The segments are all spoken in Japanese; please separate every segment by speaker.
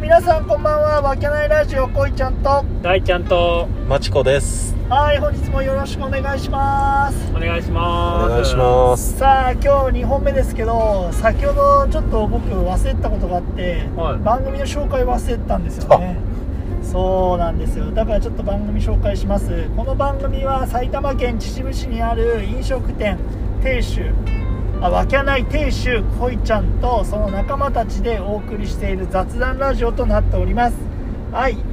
Speaker 1: 皆さんこんばんはわけないラジオこいちゃんと
Speaker 2: 大ちゃんと
Speaker 3: まちこです
Speaker 1: はい本日もよろしくお願いします
Speaker 2: お願いします
Speaker 3: お願いします
Speaker 1: さあ今日2本目ですけど先ほどちょっと僕忘れてたことがあって、
Speaker 2: はい
Speaker 1: 番組の紹介忘れてたんですよねそうなんですよだからちょっと番組紹介しますこの番組は埼玉県秩父市にある飲食店亭主あわけない亭主こいちゃんとその仲間たちでお送りしている雑談ラジオとなっております愛喜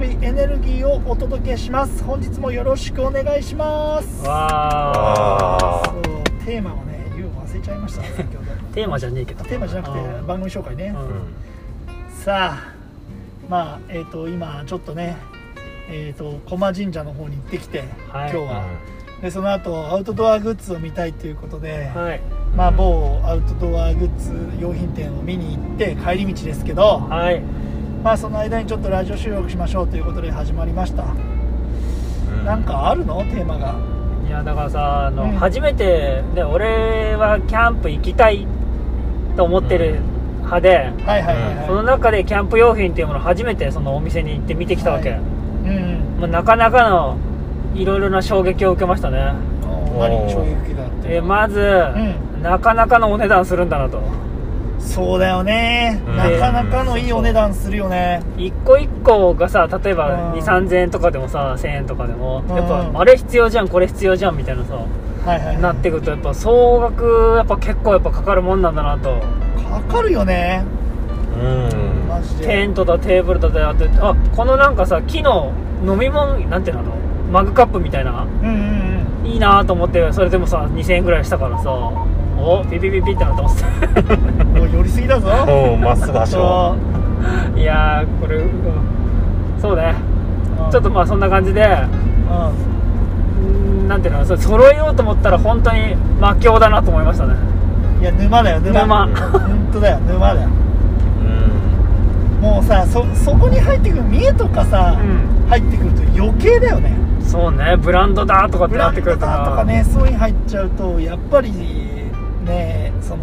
Speaker 1: びエネルギーをお届けします本日もよろしくお願いします
Speaker 2: わ
Speaker 1: そうテーマをね言うの忘れちゃい ました先ほ
Speaker 2: ーテーマじゃねえけど
Speaker 1: どテーマじゃなくて
Speaker 2: うん
Speaker 1: 番組紹介ね、
Speaker 2: う
Speaker 3: うんん
Speaker 1: さあまあえっ、と今ちょっとねえっ、と駒神社の方に行ってきて、
Speaker 2: はい
Speaker 1: 今日は、でその後アウトドアグッズを見たいということで、
Speaker 2: はい
Speaker 1: まあ某アウトドアグッズ用品店を見に行って帰り道ですけど、
Speaker 2: はい
Speaker 1: まあその間にちょっとラジオ収録しましょうということで始まりました、
Speaker 3: うん
Speaker 1: なんかあるのテーマが
Speaker 2: いやだからさあの、
Speaker 1: うん
Speaker 2: 初めてで俺はキャンプ行きたいと思ってる派で、
Speaker 1: はいはいはいはい
Speaker 2: その中でキャンプ用品っていうものを初めてそのお店に行って見てきたわけ、
Speaker 1: はいうん
Speaker 2: まあ、なかなかのいろいろな衝撃を受けましたね、
Speaker 1: お何に衝撃的だって
Speaker 2: えーまず、
Speaker 1: ん
Speaker 2: なかなかのお値段するんだなと
Speaker 1: そうだよね、
Speaker 3: うん
Speaker 1: なかなかのいいお値段するよね
Speaker 2: 一個一個がさ例えば
Speaker 1: うん
Speaker 2: 2 3 0 0円とかでもさ1000円とかでも
Speaker 1: うん
Speaker 2: やっぱあれ必要じゃんこれ必要じゃんみたいなさ
Speaker 1: はいはいはい
Speaker 2: なってくるとやっぱ総額やっぱ結構やっぱかかるもんなんだなと
Speaker 1: かかるよね
Speaker 3: うん
Speaker 1: マジで
Speaker 2: テントだテーブルだだってあこのなんかさ木の飲み物なんていうのマグカップみたいな
Speaker 1: うんうん
Speaker 2: いいなと思ってそれでもさ2000円ぐらいしたからさおピピピピってなって思っ て
Speaker 1: うんもう寄りすぎ だぞ
Speaker 3: おうまっすぐ走ろ
Speaker 1: そ
Speaker 2: たいやーこれうんそうね
Speaker 1: う
Speaker 2: ちょっとまあそんな感じで
Speaker 1: うん
Speaker 2: うんなんていうのそれ揃えようと思ったら本当に魔境だなと思いましたね
Speaker 1: いや沼だよ沼
Speaker 2: 沼
Speaker 1: 本当だよ沼だよ
Speaker 3: ううん
Speaker 1: もうさそそこに入ってくる見栄とかさ、
Speaker 2: う
Speaker 1: 入ってくると余計だよね
Speaker 2: ん そうねブランドだとかって
Speaker 1: ブ
Speaker 2: な
Speaker 1: ラ
Speaker 2: っ
Speaker 1: ン
Speaker 2: て
Speaker 1: ド
Speaker 2: く
Speaker 1: だ
Speaker 2: る
Speaker 1: と
Speaker 2: とな
Speaker 1: かねそういうの入っちゃうとやっぱりねその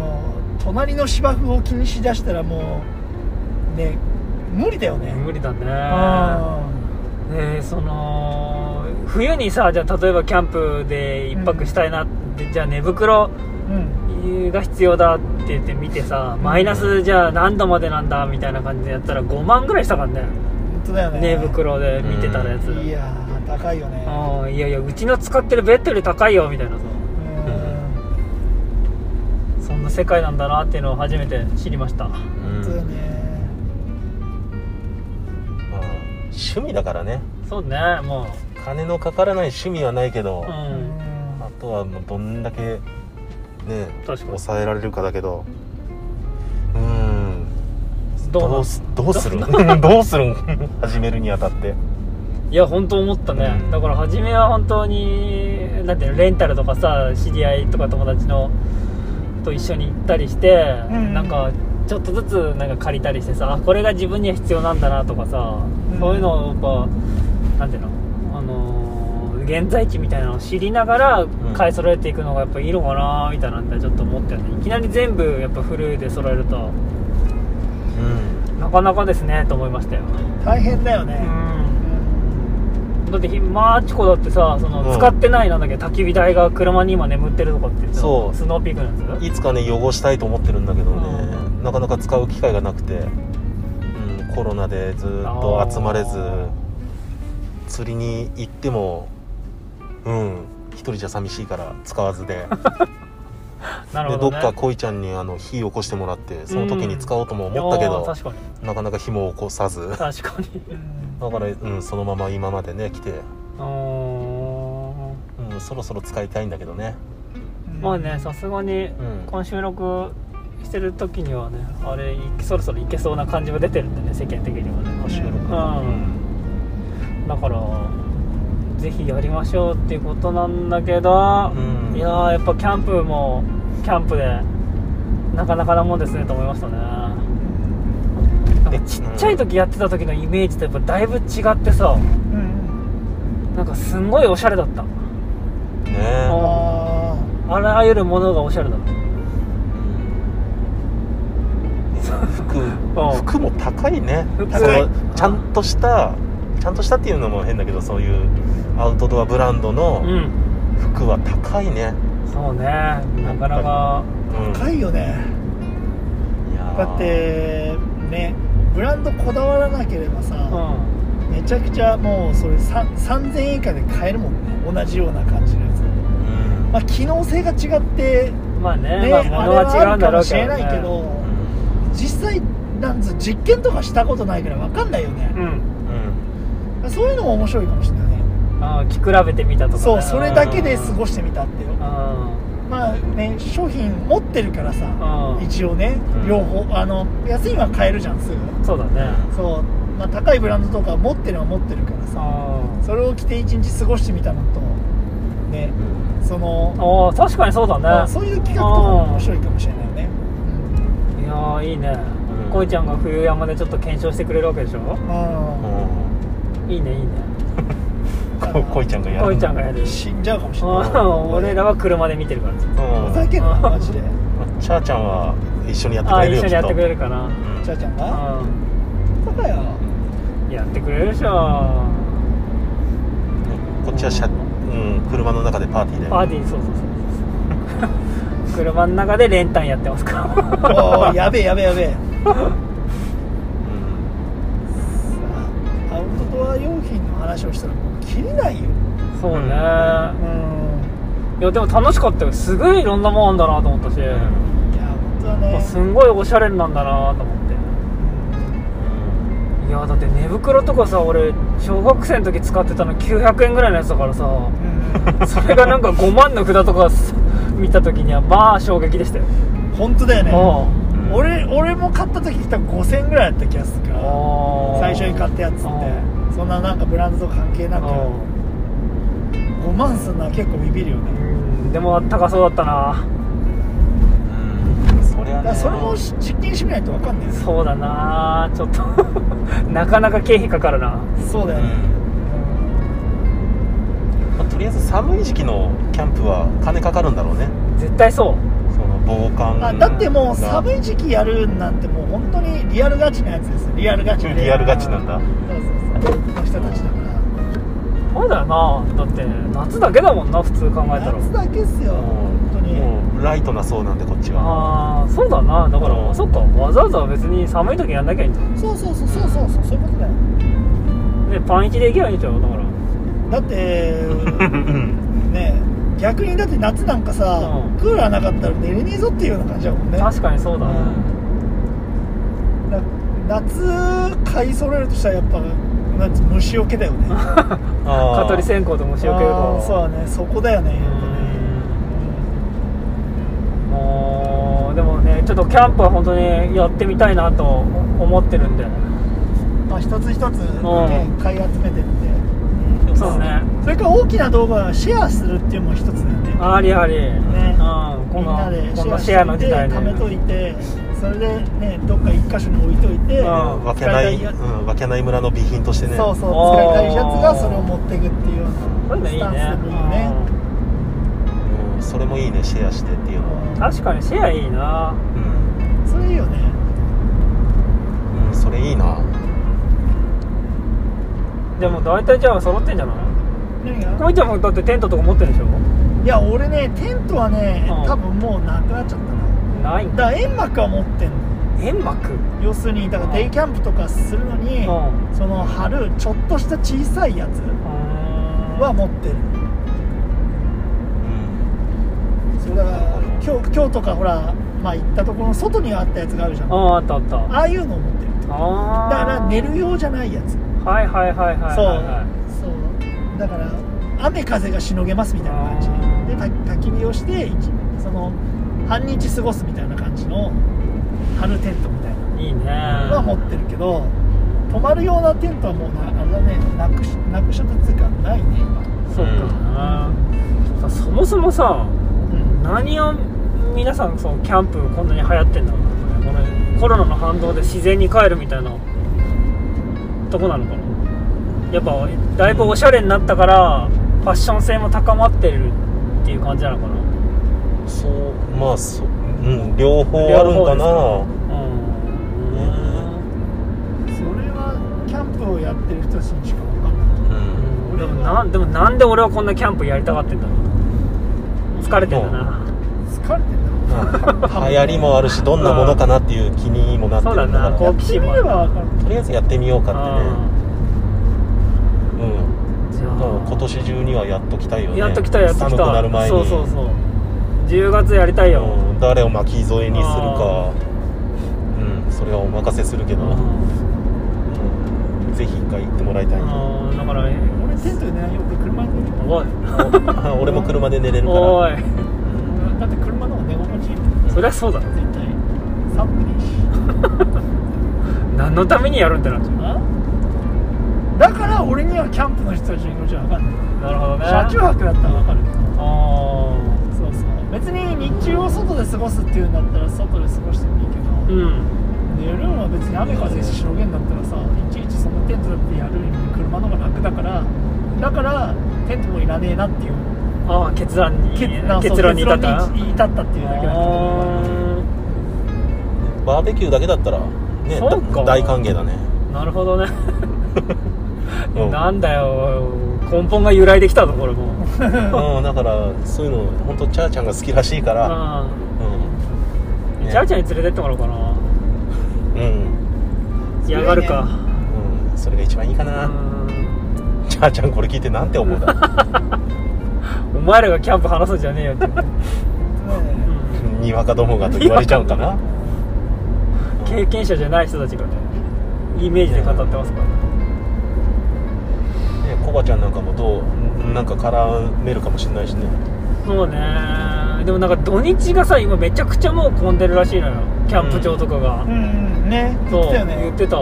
Speaker 1: 隣の芝生を気にしだしたらもうね無理だよね
Speaker 2: 無理だね
Speaker 1: あ
Speaker 2: ねえその冬にさじゃあ例えばキャンプで一泊したいなって、じゃあ寝袋
Speaker 1: ーうん
Speaker 2: が必要だって言って見てさマイナスじゃあ何度までなんだみたいな感じでやったら5万ぐらいしたからね
Speaker 1: 本当だよね
Speaker 2: 寝袋で見てたやつ
Speaker 1: いやー高いよね
Speaker 2: あいやいやうちの使ってるベッドより高いよみたいなさ
Speaker 1: うん
Speaker 2: そんな世界なんだなっていうのを初めて知りました
Speaker 3: うん
Speaker 1: そうだよね
Speaker 3: まあ趣味だからね
Speaker 2: そうねも
Speaker 3: 金のかからない趣味はないけど
Speaker 2: うう
Speaker 1: うんん
Speaker 3: あとはもうどんだけね
Speaker 2: 確かに
Speaker 3: 抑えられるかだけどうん
Speaker 2: どうな
Speaker 3: ど
Speaker 2: ん
Speaker 3: うすどうするどうするん 始めるにあたって
Speaker 2: いや本当思ったね、
Speaker 3: うん
Speaker 2: だから初めは本当になんていうのレンタルとかさ知り合いとか友達のと一緒に行ったりして、
Speaker 1: うん
Speaker 2: なんかちょっとずつなんか借りたりしてさあこれが自分には必要なんだなとかさ、
Speaker 1: うん
Speaker 2: そういうのをやっぱなんていうのあのー現在地みたいなのを知りながら買い揃えていくのがやっぱいいのかなみたいなんでちょっと思ったよねいきなり全部やっぱフルで揃えると
Speaker 3: うん
Speaker 2: なかなかですねと思いましたよ、
Speaker 1: 大変だよ
Speaker 2: う
Speaker 1: ね
Speaker 2: ん
Speaker 1: うん
Speaker 2: だってひマーチコだってさその、
Speaker 3: うん
Speaker 2: 使ってないなんだっけ焚き火台が車に今眠ってるとかって言ってた
Speaker 3: そう
Speaker 2: スノーピークのやつ
Speaker 3: いつかね汚したいと思ってるんだけど
Speaker 2: う
Speaker 3: ねなかなか使う機会がなくて、うん、コロナでずっと集まれず
Speaker 2: あ
Speaker 3: 釣りに行ってもうん一人じゃ寂しいから使わず で
Speaker 2: なる
Speaker 3: で
Speaker 2: ほ
Speaker 3: ど
Speaker 2: ど、
Speaker 3: っ
Speaker 2: ね、
Speaker 3: か恋ちゃんにあの火起こしてもらってその時に使おうとも思ったけ
Speaker 2: あ
Speaker 3: ど
Speaker 2: ー、確かに
Speaker 3: なかなか火も起こさず だか
Speaker 2: 確かに
Speaker 1: うん
Speaker 3: ら、うん、そのまま今までね来て、
Speaker 2: うーん
Speaker 3: うん、そろそろ使いたいんだけどね
Speaker 2: まあねさすがに
Speaker 3: ん
Speaker 2: この収録してる時にはねあれいそろそろいけそうな感じも出てるんでね世間的にはね
Speaker 3: 収
Speaker 2: う
Speaker 3: 録
Speaker 2: んだからぜひやりましょうっていうことなんだけど、
Speaker 3: うん
Speaker 2: いやーやっぱキャンプもキャンプでなかなかなもんですねと思いましたねなんかちっちゃい時やってた時のイメージとやっぱだいぶ違ってさ
Speaker 1: うん
Speaker 2: なんかすんごいおしゃれだった
Speaker 3: ね
Speaker 1: あ
Speaker 2: あらゆるものがおしゃれだった
Speaker 3: うん服
Speaker 2: ん
Speaker 3: 服も高いね
Speaker 2: 服
Speaker 3: その
Speaker 2: 高い
Speaker 3: ちゃんとしたちゃんとしたっていうのも変だけどそういうアウトドアブランド
Speaker 2: う
Speaker 3: の
Speaker 2: ん
Speaker 3: 服は高いね、
Speaker 2: そうねなかなか
Speaker 3: うん
Speaker 1: 高いよね
Speaker 3: いやー
Speaker 1: だってねブランドこだわらなければ
Speaker 2: う
Speaker 1: さ、
Speaker 2: ん
Speaker 1: めちゃくちゃもうそれさ3000円以下で買えるもんね同じような感じのやつ
Speaker 3: うん
Speaker 1: まあ機能性が違って
Speaker 2: まあね
Speaker 1: ね、
Speaker 2: まあ
Speaker 1: あ
Speaker 2: 物
Speaker 1: れは
Speaker 2: は
Speaker 1: あ
Speaker 2: 違う
Speaker 1: る
Speaker 2: んだ
Speaker 1: か
Speaker 2: ろ
Speaker 1: も
Speaker 2: う
Speaker 1: し
Speaker 2: け
Speaker 1: れ
Speaker 2: ど、
Speaker 1: ない
Speaker 2: ね、
Speaker 1: けど、実際なんつう実験とかしたことないから分かんないよ
Speaker 2: う
Speaker 1: ね、
Speaker 2: ん
Speaker 3: うん
Speaker 1: そういうのも面白いかもしれないね
Speaker 2: ああ着比べてみたとかね、
Speaker 1: そうそれだけで過ごしてみたってよ
Speaker 2: うん
Speaker 1: まあね商品持ってるからさ
Speaker 2: うん
Speaker 1: 一応ね
Speaker 3: うん
Speaker 1: 両方あの安いのは買えるじゃんすぐ
Speaker 2: そうだね
Speaker 1: そう、まあ、高いブランドとか持ってるのは持ってるからさ
Speaker 2: あ
Speaker 1: それを着て一日過ごしてみたのとね
Speaker 3: うん
Speaker 1: その
Speaker 2: あああ確かにそうだね
Speaker 1: まあそういう企画とかも面白いかもしれないよね
Speaker 2: いやーいいね
Speaker 3: うん
Speaker 2: こいちゃんが冬山でちょっと検証してくれるわけでしょ
Speaker 1: うん
Speaker 2: いいねいいね
Speaker 3: ここいちゃんがやる
Speaker 2: こいちゃんがやる
Speaker 1: 死んじゃうかもし
Speaker 2: あ
Speaker 1: れない
Speaker 2: あ俺らは車で見てるから
Speaker 3: うん
Speaker 1: ふざけんなマジで
Speaker 3: チャーちゃんは一緒にやって
Speaker 2: あ
Speaker 3: く
Speaker 2: あ
Speaker 3: れるよ
Speaker 2: 一緒にやってくれ
Speaker 3: る
Speaker 2: るかな
Speaker 1: ちゃーちゃんが
Speaker 2: う
Speaker 1: バカよ
Speaker 2: んやってくれるでしょ
Speaker 3: こっちは車、うん、車の中でパーティーで
Speaker 2: パーティーそうそうそうそう車の中で練炭やってます から
Speaker 1: おーやべえやべえやべえ
Speaker 3: うん
Speaker 1: アウトドア用品の話をしたらもう切りないよ
Speaker 2: そうね、
Speaker 3: うん
Speaker 2: いや
Speaker 1: うん
Speaker 2: でも楽しかったよすごいいろんなもんあんだなと思ったし、
Speaker 1: いや本当だ
Speaker 2: あ
Speaker 1: ね
Speaker 2: すんごいおしゃれなんだなと思っていやだって寝袋とかさ俺小学生の時使ってたの900円ぐらいのやつだからさ
Speaker 1: う
Speaker 2: それがなんか5万の札とかさ見た時にはまあ衝撃でしたよ、
Speaker 1: ん本当だよね
Speaker 2: あ
Speaker 3: うん
Speaker 1: 俺俺も買った時多分5000ぐらいだった気がするから
Speaker 2: あ
Speaker 1: 最初に買ったやつってそんななんかブランドとか関係なく
Speaker 2: う
Speaker 1: 5万すんのは結構ビビるよね
Speaker 2: んでも高そうだったな
Speaker 3: うんそり
Speaker 1: だ
Speaker 3: ゃ
Speaker 1: か
Speaker 3: ね
Speaker 1: らそれもし実験してみないと分かんないよね
Speaker 2: そうだなちょっと なかなか経費かかるな
Speaker 1: そうだよね
Speaker 3: まあとりあえず寒い時期のキャンプは金かかるんだろうね
Speaker 2: 絶対そう
Speaker 3: その防寒
Speaker 1: あだってもう寒い時期やるなんてもう本当にリアルガチなやつですよリアルガチな
Speaker 3: リアルガチなんだ
Speaker 1: そうそうそうの人たちだから
Speaker 2: そうだよなだって夏だけだもんな普通考えたら
Speaker 1: 夏だけっすよ本当に
Speaker 3: もうライトなそうなんでこっちは
Speaker 2: ああそうだなだから、
Speaker 3: うん
Speaker 2: そっかわざわざ別に寒い時やんなきゃいいんだ
Speaker 1: そうそうそうそうそうそうそういうことだよ
Speaker 2: でパン1で行けばいいんちゃうだから
Speaker 1: だって
Speaker 3: うん
Speaker 1: ね逆にだって夏なんかさ、
Speaker 2: うん
Speaker 1: クーラーなかったら寝れねえぞっていうような感じだもんね
Speaker 2: 確かにそうだね、
Speaker 1: だ夏買い揃えるとしたらやっぱなんつう虫よけだよね
Speaker 3: あ
Speaker 2: 蚊取り線香と虫除け
Speaker 1: あ
Speaker 2: が
Speaker 1: ーそうだねそこだよねやっぱね
Speaker 2: もうでもねちょっとキャンプは本当にやってみたいなと思ってるんで
Speaker 1: まあ、一つ一つ、ね
Speaker 2: う
Speaker 1: 買い集めてって
Speaker 3: ー
Speaker 2: そうね
Speaker 1: それから大きな動画はシェアするっていうのも一つだよね
Speaker 2: ありあり、
Speaker 1: ね
Speaker 2: うん、こ
Speaker 1: みんな
Speaker 2: の
Speaker 1: で
Speaker 2: この
Speaker 1: シ
Speaker 2: シ
Speaker 1: ェ
Speaker 2: ェ
Speaker 1: ア
Speaker 2: ア
Speaker 1: し
Speaker 2: の
Speaker 1: て
Speaker 2: 時代で
Speaker 1: 貯めといてそれでねどっか一箇所に置いといて、
Speaker 2: うん
Speaker 3: わけな
Speaker 1: 使い
Speaker 3: い、
Speaker 1: たいや
Speaker 3: うん、わけない村の備品としてね
Speaker 1: そうそう使
Speaker 2: あー
Speaker 1: いたいシャツがそれを持っていくっていうよう
Speaker 2: そういう
Speaker 1: な
Speaker 2: のい
Speaker 1: ス
Speaker 2: いね
Speaker 1: タンスでもいいよね
Speaker 3: うんそれもいいねシェアしてっていうのは
Speaker 2: うん確かにシェアいいな
Speaker 3: うん、
Speaker 1: それいいよね
Speaker 3: うん、それいいな
Speaker 2: でも大体じゃあ揃ってんじゃない
Speaker 1: 何が
Speaker 2: こいちゃんもだってテントとか持ってるでしょ
Speaker 1: いや俺ねテントはね
Speaker 2: うん
Speaker 1: 多分もうなくなっちゃったな
Speaker 2: ないん
Speaker 1: だか
Speaker 2: だ
Speaker 1: ら煙幕は持ってんの
Speaker 2: 煙幕
Speaker 1: 要するにだからデイキャンプとかするのに
Speaker 2: うん
Speaker 1: その貼るちょっとした小さいやつは持ってる
Speaker 3: うん
Speaker 1: それだから今日今日とかほらまあ行ったところの外にあったやつがあるじゃん
Speaker 2: あ
Speaker 1: あ
Speaker 2: ああったあったあ
Speaker 1: あいうのを持ってる
Speaker 2: あ
Speaker 1: だ
Speaker 2: ー
Speaker 1: から寝る用じゃないやつ
Speaker 2: はいはいはいはいはいはい
Speaker 1: そうそうだから雨風がしのげますみたいな感じでた焚き火をして一その半日過ごすみたいな感じの春テントみたいない
Speaker 2: いね
Speaker 1: のは持ってるけど泊まるようなテントはもうなあれだねなくしなくしちゃったっていうかないね
Speaker 2: そうか、さそもそもさ
Speaker 1: 今
Speaker 2: 何を皆さんそのキャンプこんなに流行ってんだろうねこれコロナの反動で自然に帰るみたいなとこなのかなやっぱだいぶおしゃれになったからファッション性も高まってるっていう感じなのかな
Speaker 3: そうまあそう、うん、両方あるんかな
Speaker 2: うん
Speaker 1: プをやってる人たちにしか分かんない
Speaker 3: うん
Speaker 2: でもなんでもなんで俺はこんなキャンプやりたがってんだろう疲れてんだな
Speaker 1: 疲れてんだろう
Speaker 3: まあ流行りもあるしどんなものかなっていう気にもなって
Speaker 2: そ
Speaker 3: る
Speaker 2: うだな
Speaker 3: から
Speaker 2: 好
Speaker 1: やっ
Speaker 2: 奇
Speaker 1: て
Speaker 2: 心
Speaker 1: み
Speaker 2: もあ
Speaker 1: れ
Speaker 2: る
Speaker 1: ば分かる
Speaker 3: とりあえずやってみようか
Speaker 2: あ
Speaker 3: ってねうん
Speaker 2: ーじゃあ
Speaker 3: もう今年中にはやっときたいよね
Speaker 2: やっときたやっとき
Speaker 3: 寒くなる
Speaker 2: た
Speaker 3: 前に
Speaker 2: そうそうそう10月やりたいよ、
Speaker 3: うん誰を巻き添えにする
Speaker 2: あ
Speaker 3: かうんそれはお任せするけど、うんぜひ一回行ってもらいたい
Speaker 2: あーだからえ
Speaker 1: 俺テントで寝ないよ俺車で寝る
Speaker 2: おい
Speaker 3: お 俺も車で寝れるから
Speaker 2: おい
Speaker 1: だって車の方が寝心地いいもん
Speaker 2: そりゃそうだろ
Speaker 1: 絶対寒くねえし
Speaker 2: 何のためにやるんだなっちゃ
Speaker 1: あだから俺にはキャンプの人たちの気持ちは分かんない、
Speaker 2: うなるほどね
Speaker 1: 車中泊だったら分かるけど
Speaker 2: あ
Speaker 1: そうそう別に日中を外で過ごすっていうんだったら外で過ごしてもいいけど、
Speaker 2: あうん
Speaker 1: 寝るのは別に雨風しのげんだったらさいちいちそのテントだってやるより車の方が楽だからだからテントもいらねえなっていう
Speaker 2: ああ決断に
Speaker 1: けなそう
Speaker 2: 結論に至った
Speaker 1: 結論に至ったっていうだけだから
Speaker 2: あ
Speaker 3: バーベキューだけだったらね
Speaker 2: そうか
Speaker 3: だ大歓迎 だね
Speaker 2: ーなるほどね
Speaker 3: うん
Speaker 2: なんだよ根本が揺らいできたぞこれもう
Speaker 3: うんだからそういうの本当チャーちゃんが好きらしいから
Speaker 2: あ
Speaker 3: うん
Speaker 2: ーチャーちゃんに連れてってもらおうかな
Speaker 3: ゃんうん
Speaker 2: 嫌がるか
Speaker 3: うんそれが一番いいか
Speaker 2: う
Speaker 3: な、
Speaker 2: ん
Speaker 3: チャーちゃんこれ聞いてなんて思うだろう
Speaker 2: お前らがキャンプ話すんじゃねえよって、う
Speaker 1: ね
Speaker 2: ん
Speaker 3: にわかどもがと言われちゃうかな
Speaker 2: 経験者じゃない人たちがねイメージで語ってますから
Speaker 3: ねコバちゃんなんかもどうなんか絡めるかもしれないしね
Speaker 2: そうねでもなんか土日がさ今めちゃくちゃもう混んでるらしいのよキャンプ場とかが、
Speaker 1: えうんうんね言
Speaker 2: そ
Speaker 1: っ
Speaker 2: う
Speaker 1: てたよ
Speaker 2: 言
Speaker 1: ね
Speaker 2: ってた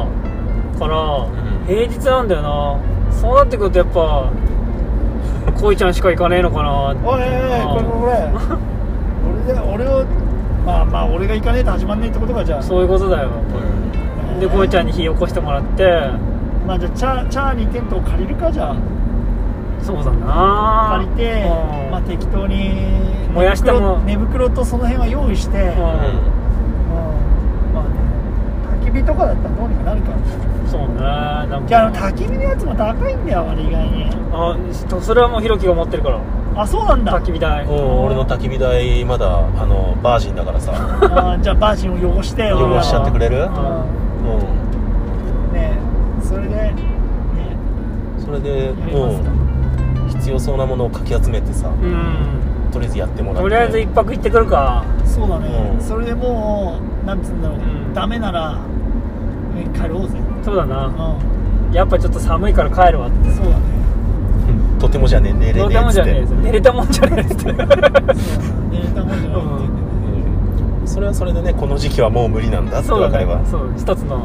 Speaker 2: から、
Speaker 3: ん
Speaker 2: 平日なんだよなそうなってくるとやっぱ恋ちゃんしか行かねえのかな
Speaker 1: おいおいおいこれこれこれ俺で俺をまあまあ俺が行かねえと始まんねえってことかじゃあ
Speaker 2: そういうことだよで恋ちゃんに火起こしてもらって
Speaker 1: まあじゃあチャーチャーにテントを借りるかじゃあ
Speaker 2: そうだな
Speaker 1: 借りて、
Speaker 2: うん
Speaker 1: まあ、適当に
Speaker 2: 燃やしても
Speaker 1: 寝袋寝袋とその辺は用意して、うん
Speaker 2: うん
Speaker 1: まあね焚き火とかだったらどうにかなるか
Speaker 2: そうねなん
Speaker 1: じゃあ
Speaker 2: か
Speaker 1: の焚き火のやつも高いんだよあれ意外に
Speaker 2: あそれはもうひろきが持ってるから
Speaker 1: あそうなんだ
Speaker 2: 焚き火台
Speaker 3: うん、俺の焚き火台まだあのバージンだからさ
Speaker 1: あーじゃあバージンを汚して
Speaker 2: うん
Speaker 1: 俺らは
Speaker 3: 汚しちゃってくれる
Speaker 2: うん
Speaker 3: うん
Speaker 1: ねそれでね
Speaker 3: それで
Speaker 1: やりますか
Speaker 3: うん必要そうなものをかき集めてさ
Speaker 2: うん
Speaker 3: とりあえずやってもらって
Speaker 2: とりあえず一泊行ってくるか
Speaker 1: そうだね、
Speaker 3: うん
Speaker 1: それでもうなんつうんだろう、
Speaker 2: ん
Speaker 1: ダメならね帰ろうぜうん
Speaker 2: そうだなやっぱちょっと寒いから帰るわって
Speaker 1: そうだね
Speaker 3: うんとてもじゃねえ寝
Speaker 2: ど
Speaker 3: れ
Speaker 2: うで
Speaker 3: ねえ
Speaker 2: も
Speaker 3: っ
Speaker 2: じ
Speaker 3: つ
Speaker 2: ゃ
Speaker 3: って
Speaker 2: ねえぞ寝れたもんじゃねえっつ って
Speaker 1: そうだね寝れたもんじゃないって言ってね
Speaker 3: うんそれはそれでねこの時期はもう無理なんだって
Speaker 2: そう
Speaker 3: 分か
Speaker 2: だ
Speaker 3: れば、
Speaker 2: ねそう一つの
Speaker 3: うん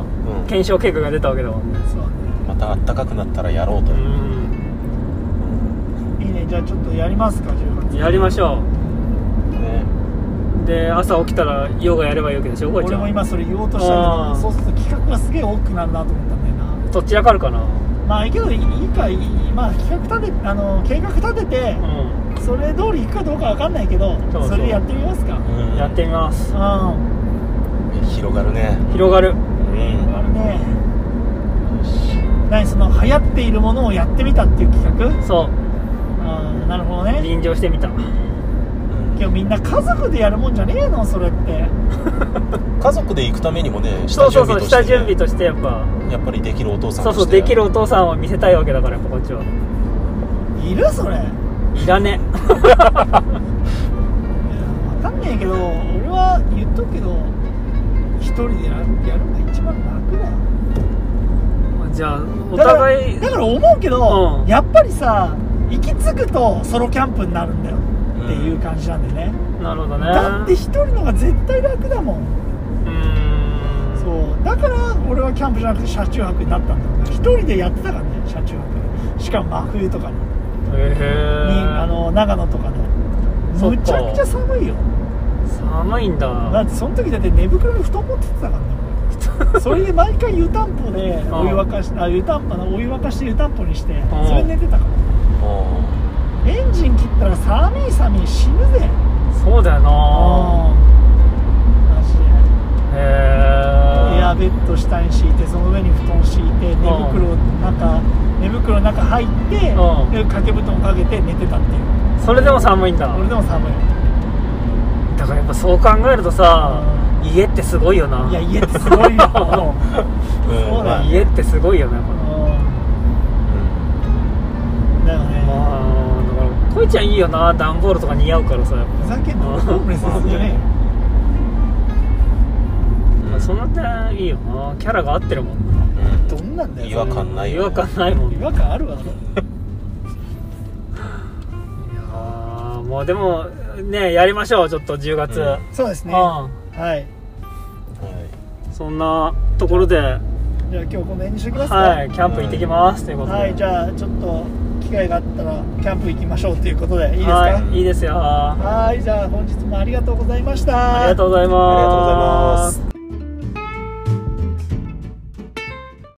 Speaker 2: 検証結果が出たわけだもんね
Speaker 1: そうだね
Speaker 3: また暖かくなったらやろうと、
Speaker 2: うん
Speaker 1: いいねじゃあちょっとやりますか18
Speaker 2: やりましょ
Speaker 3: ね
Speaker 2: うで朝起きたらヨガやればいいわけでしょこいち
Speaker 1: 俺
Speaker 2: ゃ
Speaker 1: も
Speaker 2: ん
Speaker 1: 今それ言おうとしたんだ
Speaker 2: あー
Speaker 1: けどそうすると企画がすげえ多くなるなと思ったんだよな
Speaker 2: どっちらかるかなう
Speaker 1: まあいいけどいいかいいまあ企画立てあの計画立てて、
Speaker 2: ん
Speaker 1: それ通り行くかどうかわかんないけど
Speaker 2: そ
Speaker 1: そう
Speaker 2: そう
Speaker 1: れでやってみますか
Speaker 3: うん
Speaker 2: やってみます
Speaker 1: うん
Speaker 3: 広がるね
Speaker 2: 広がる
Speaker 3: うん
Speaker 1: あるね何その流行っているものをやってみたっていう企画う
Speaker 2: そ
Speaker 1: んなるほど
Speaker 2: う
Speaker 1: ね
Speaker 2: 臨場してみた
Speaker 1: けどみんな家族でやるもんじゃねえのそれって
Speaker 3: 家族で行くためにもね
Speaker 2: そ
Speaker 3: 下
Speaker 2: うそ
Speaker 3: 準
Speaker 2: うそ
Speaker 3: 備
Speaker 2: う下準備と
Speaker 3: としてね、
Speaker 2: してやっぱ
Speaker 3: やっぱりできるお父さん
Speaker 2: そ
Speaker 3: と
Speaker 2: うそう
Speaker 3: して
Speaker 2: できるお父さんを見せたいわけだからやっぱこっちはい
Speaker 1: るそれいや
Speaker 2: いらね
Speaker 1: わかんねえけど俺は言っとくけど一人でやるやるのが一番楽だよ
Speaker 2: じゃあお
Speaker 1: だから
Speaker 2: 互い
Speaker 1: だから思うけど、
Speaker 2: うん
Speaker 1: やっぱりさ行き着くとソロキャンプになるんだよっていう感じなんでね、
Speaker 2: なるほどね
Speaker 1: だって一人のが絶対楽だもん
Speaker 2: うん
Speaker 1: そうだから俺はキャンプじゃなくて車中泊になったんだよ一人でやってたからね車中泊しかも真冬とかに,、
Speaker 2: へ
Speaker 1: に
Speaker 2: え
Speaker 1: あの長野とかで
Speaker 2: そっか
Speaker 1: むちゃくちゃ寒いよ
Speaker 2: 寒いん
Speaker 1: だ
Speaker 2: だ
Speaker 1: ってその時だって寝袋に布団持ってってたからね俺それで毎回湯たんぽ でお湯沸かしてあ湯たんぽのお湯沸かして湯たんぽにしてそれで寝てたから
Speaker 3: うん
Speaker 1: エンジン切ったら寒い寒い死ぬぜ
Speaker 2: そうだよな
Speaker 1: マジで
Speaker 2: へえ
Speaker 1: エアベッド下に敷いてその上に布団敷いて寝袋かけて寝てたっていう
Speaker 2: それでも寒いんだ
Speaker 1: 俺でも寒い
Speaker 2: だからやっぱそう考えるとさ家ってすごいよない
Speaker 1: や家ってす ごいよもそうだ
Speaker 2: 家ってすごいよねこ
Speaker 1: う
Speaker 2: の
Speaker 1: うんだよね、
Speaker 2: まあだからこいちゃんいいよな段ボールとか似合うからさやっぱ
Speaker 1: ふざけんなホームレスすんじゃねえよ
Speaker 2: まあそんなっていいよなキャラが合ってるもんな
Speaker 3: うん
Speaker 1: どんなんだよ
Speaker 3: 違和感ないよ
Speaker 2: 違和感ないもん
Speaker 1: 違
Speaker 2: いや
Speaker 1: 和感あるわだって
Speaker 2: ーもうでもねやりましょうちょっと10月、
Speaker 3: う
Speaker 2: うんん
Speaker 1: そうですねはい
Speaker 3: はい
Speaker 2: そんなところでは
Speaker 1: じゃあ今日この辺にしときますか
Speaker 2: いキャンプ行ってきますということで
Speaker 1: はいじゃあちょっと機会があったらキャンプ行きましょうということでいいですか
Speaker 2: はいいいですよ
Speaker 1: はいじゃあ本日もありがとうございました
Speaker 2: ありがとうございます
Speaker 3: ありがとうございます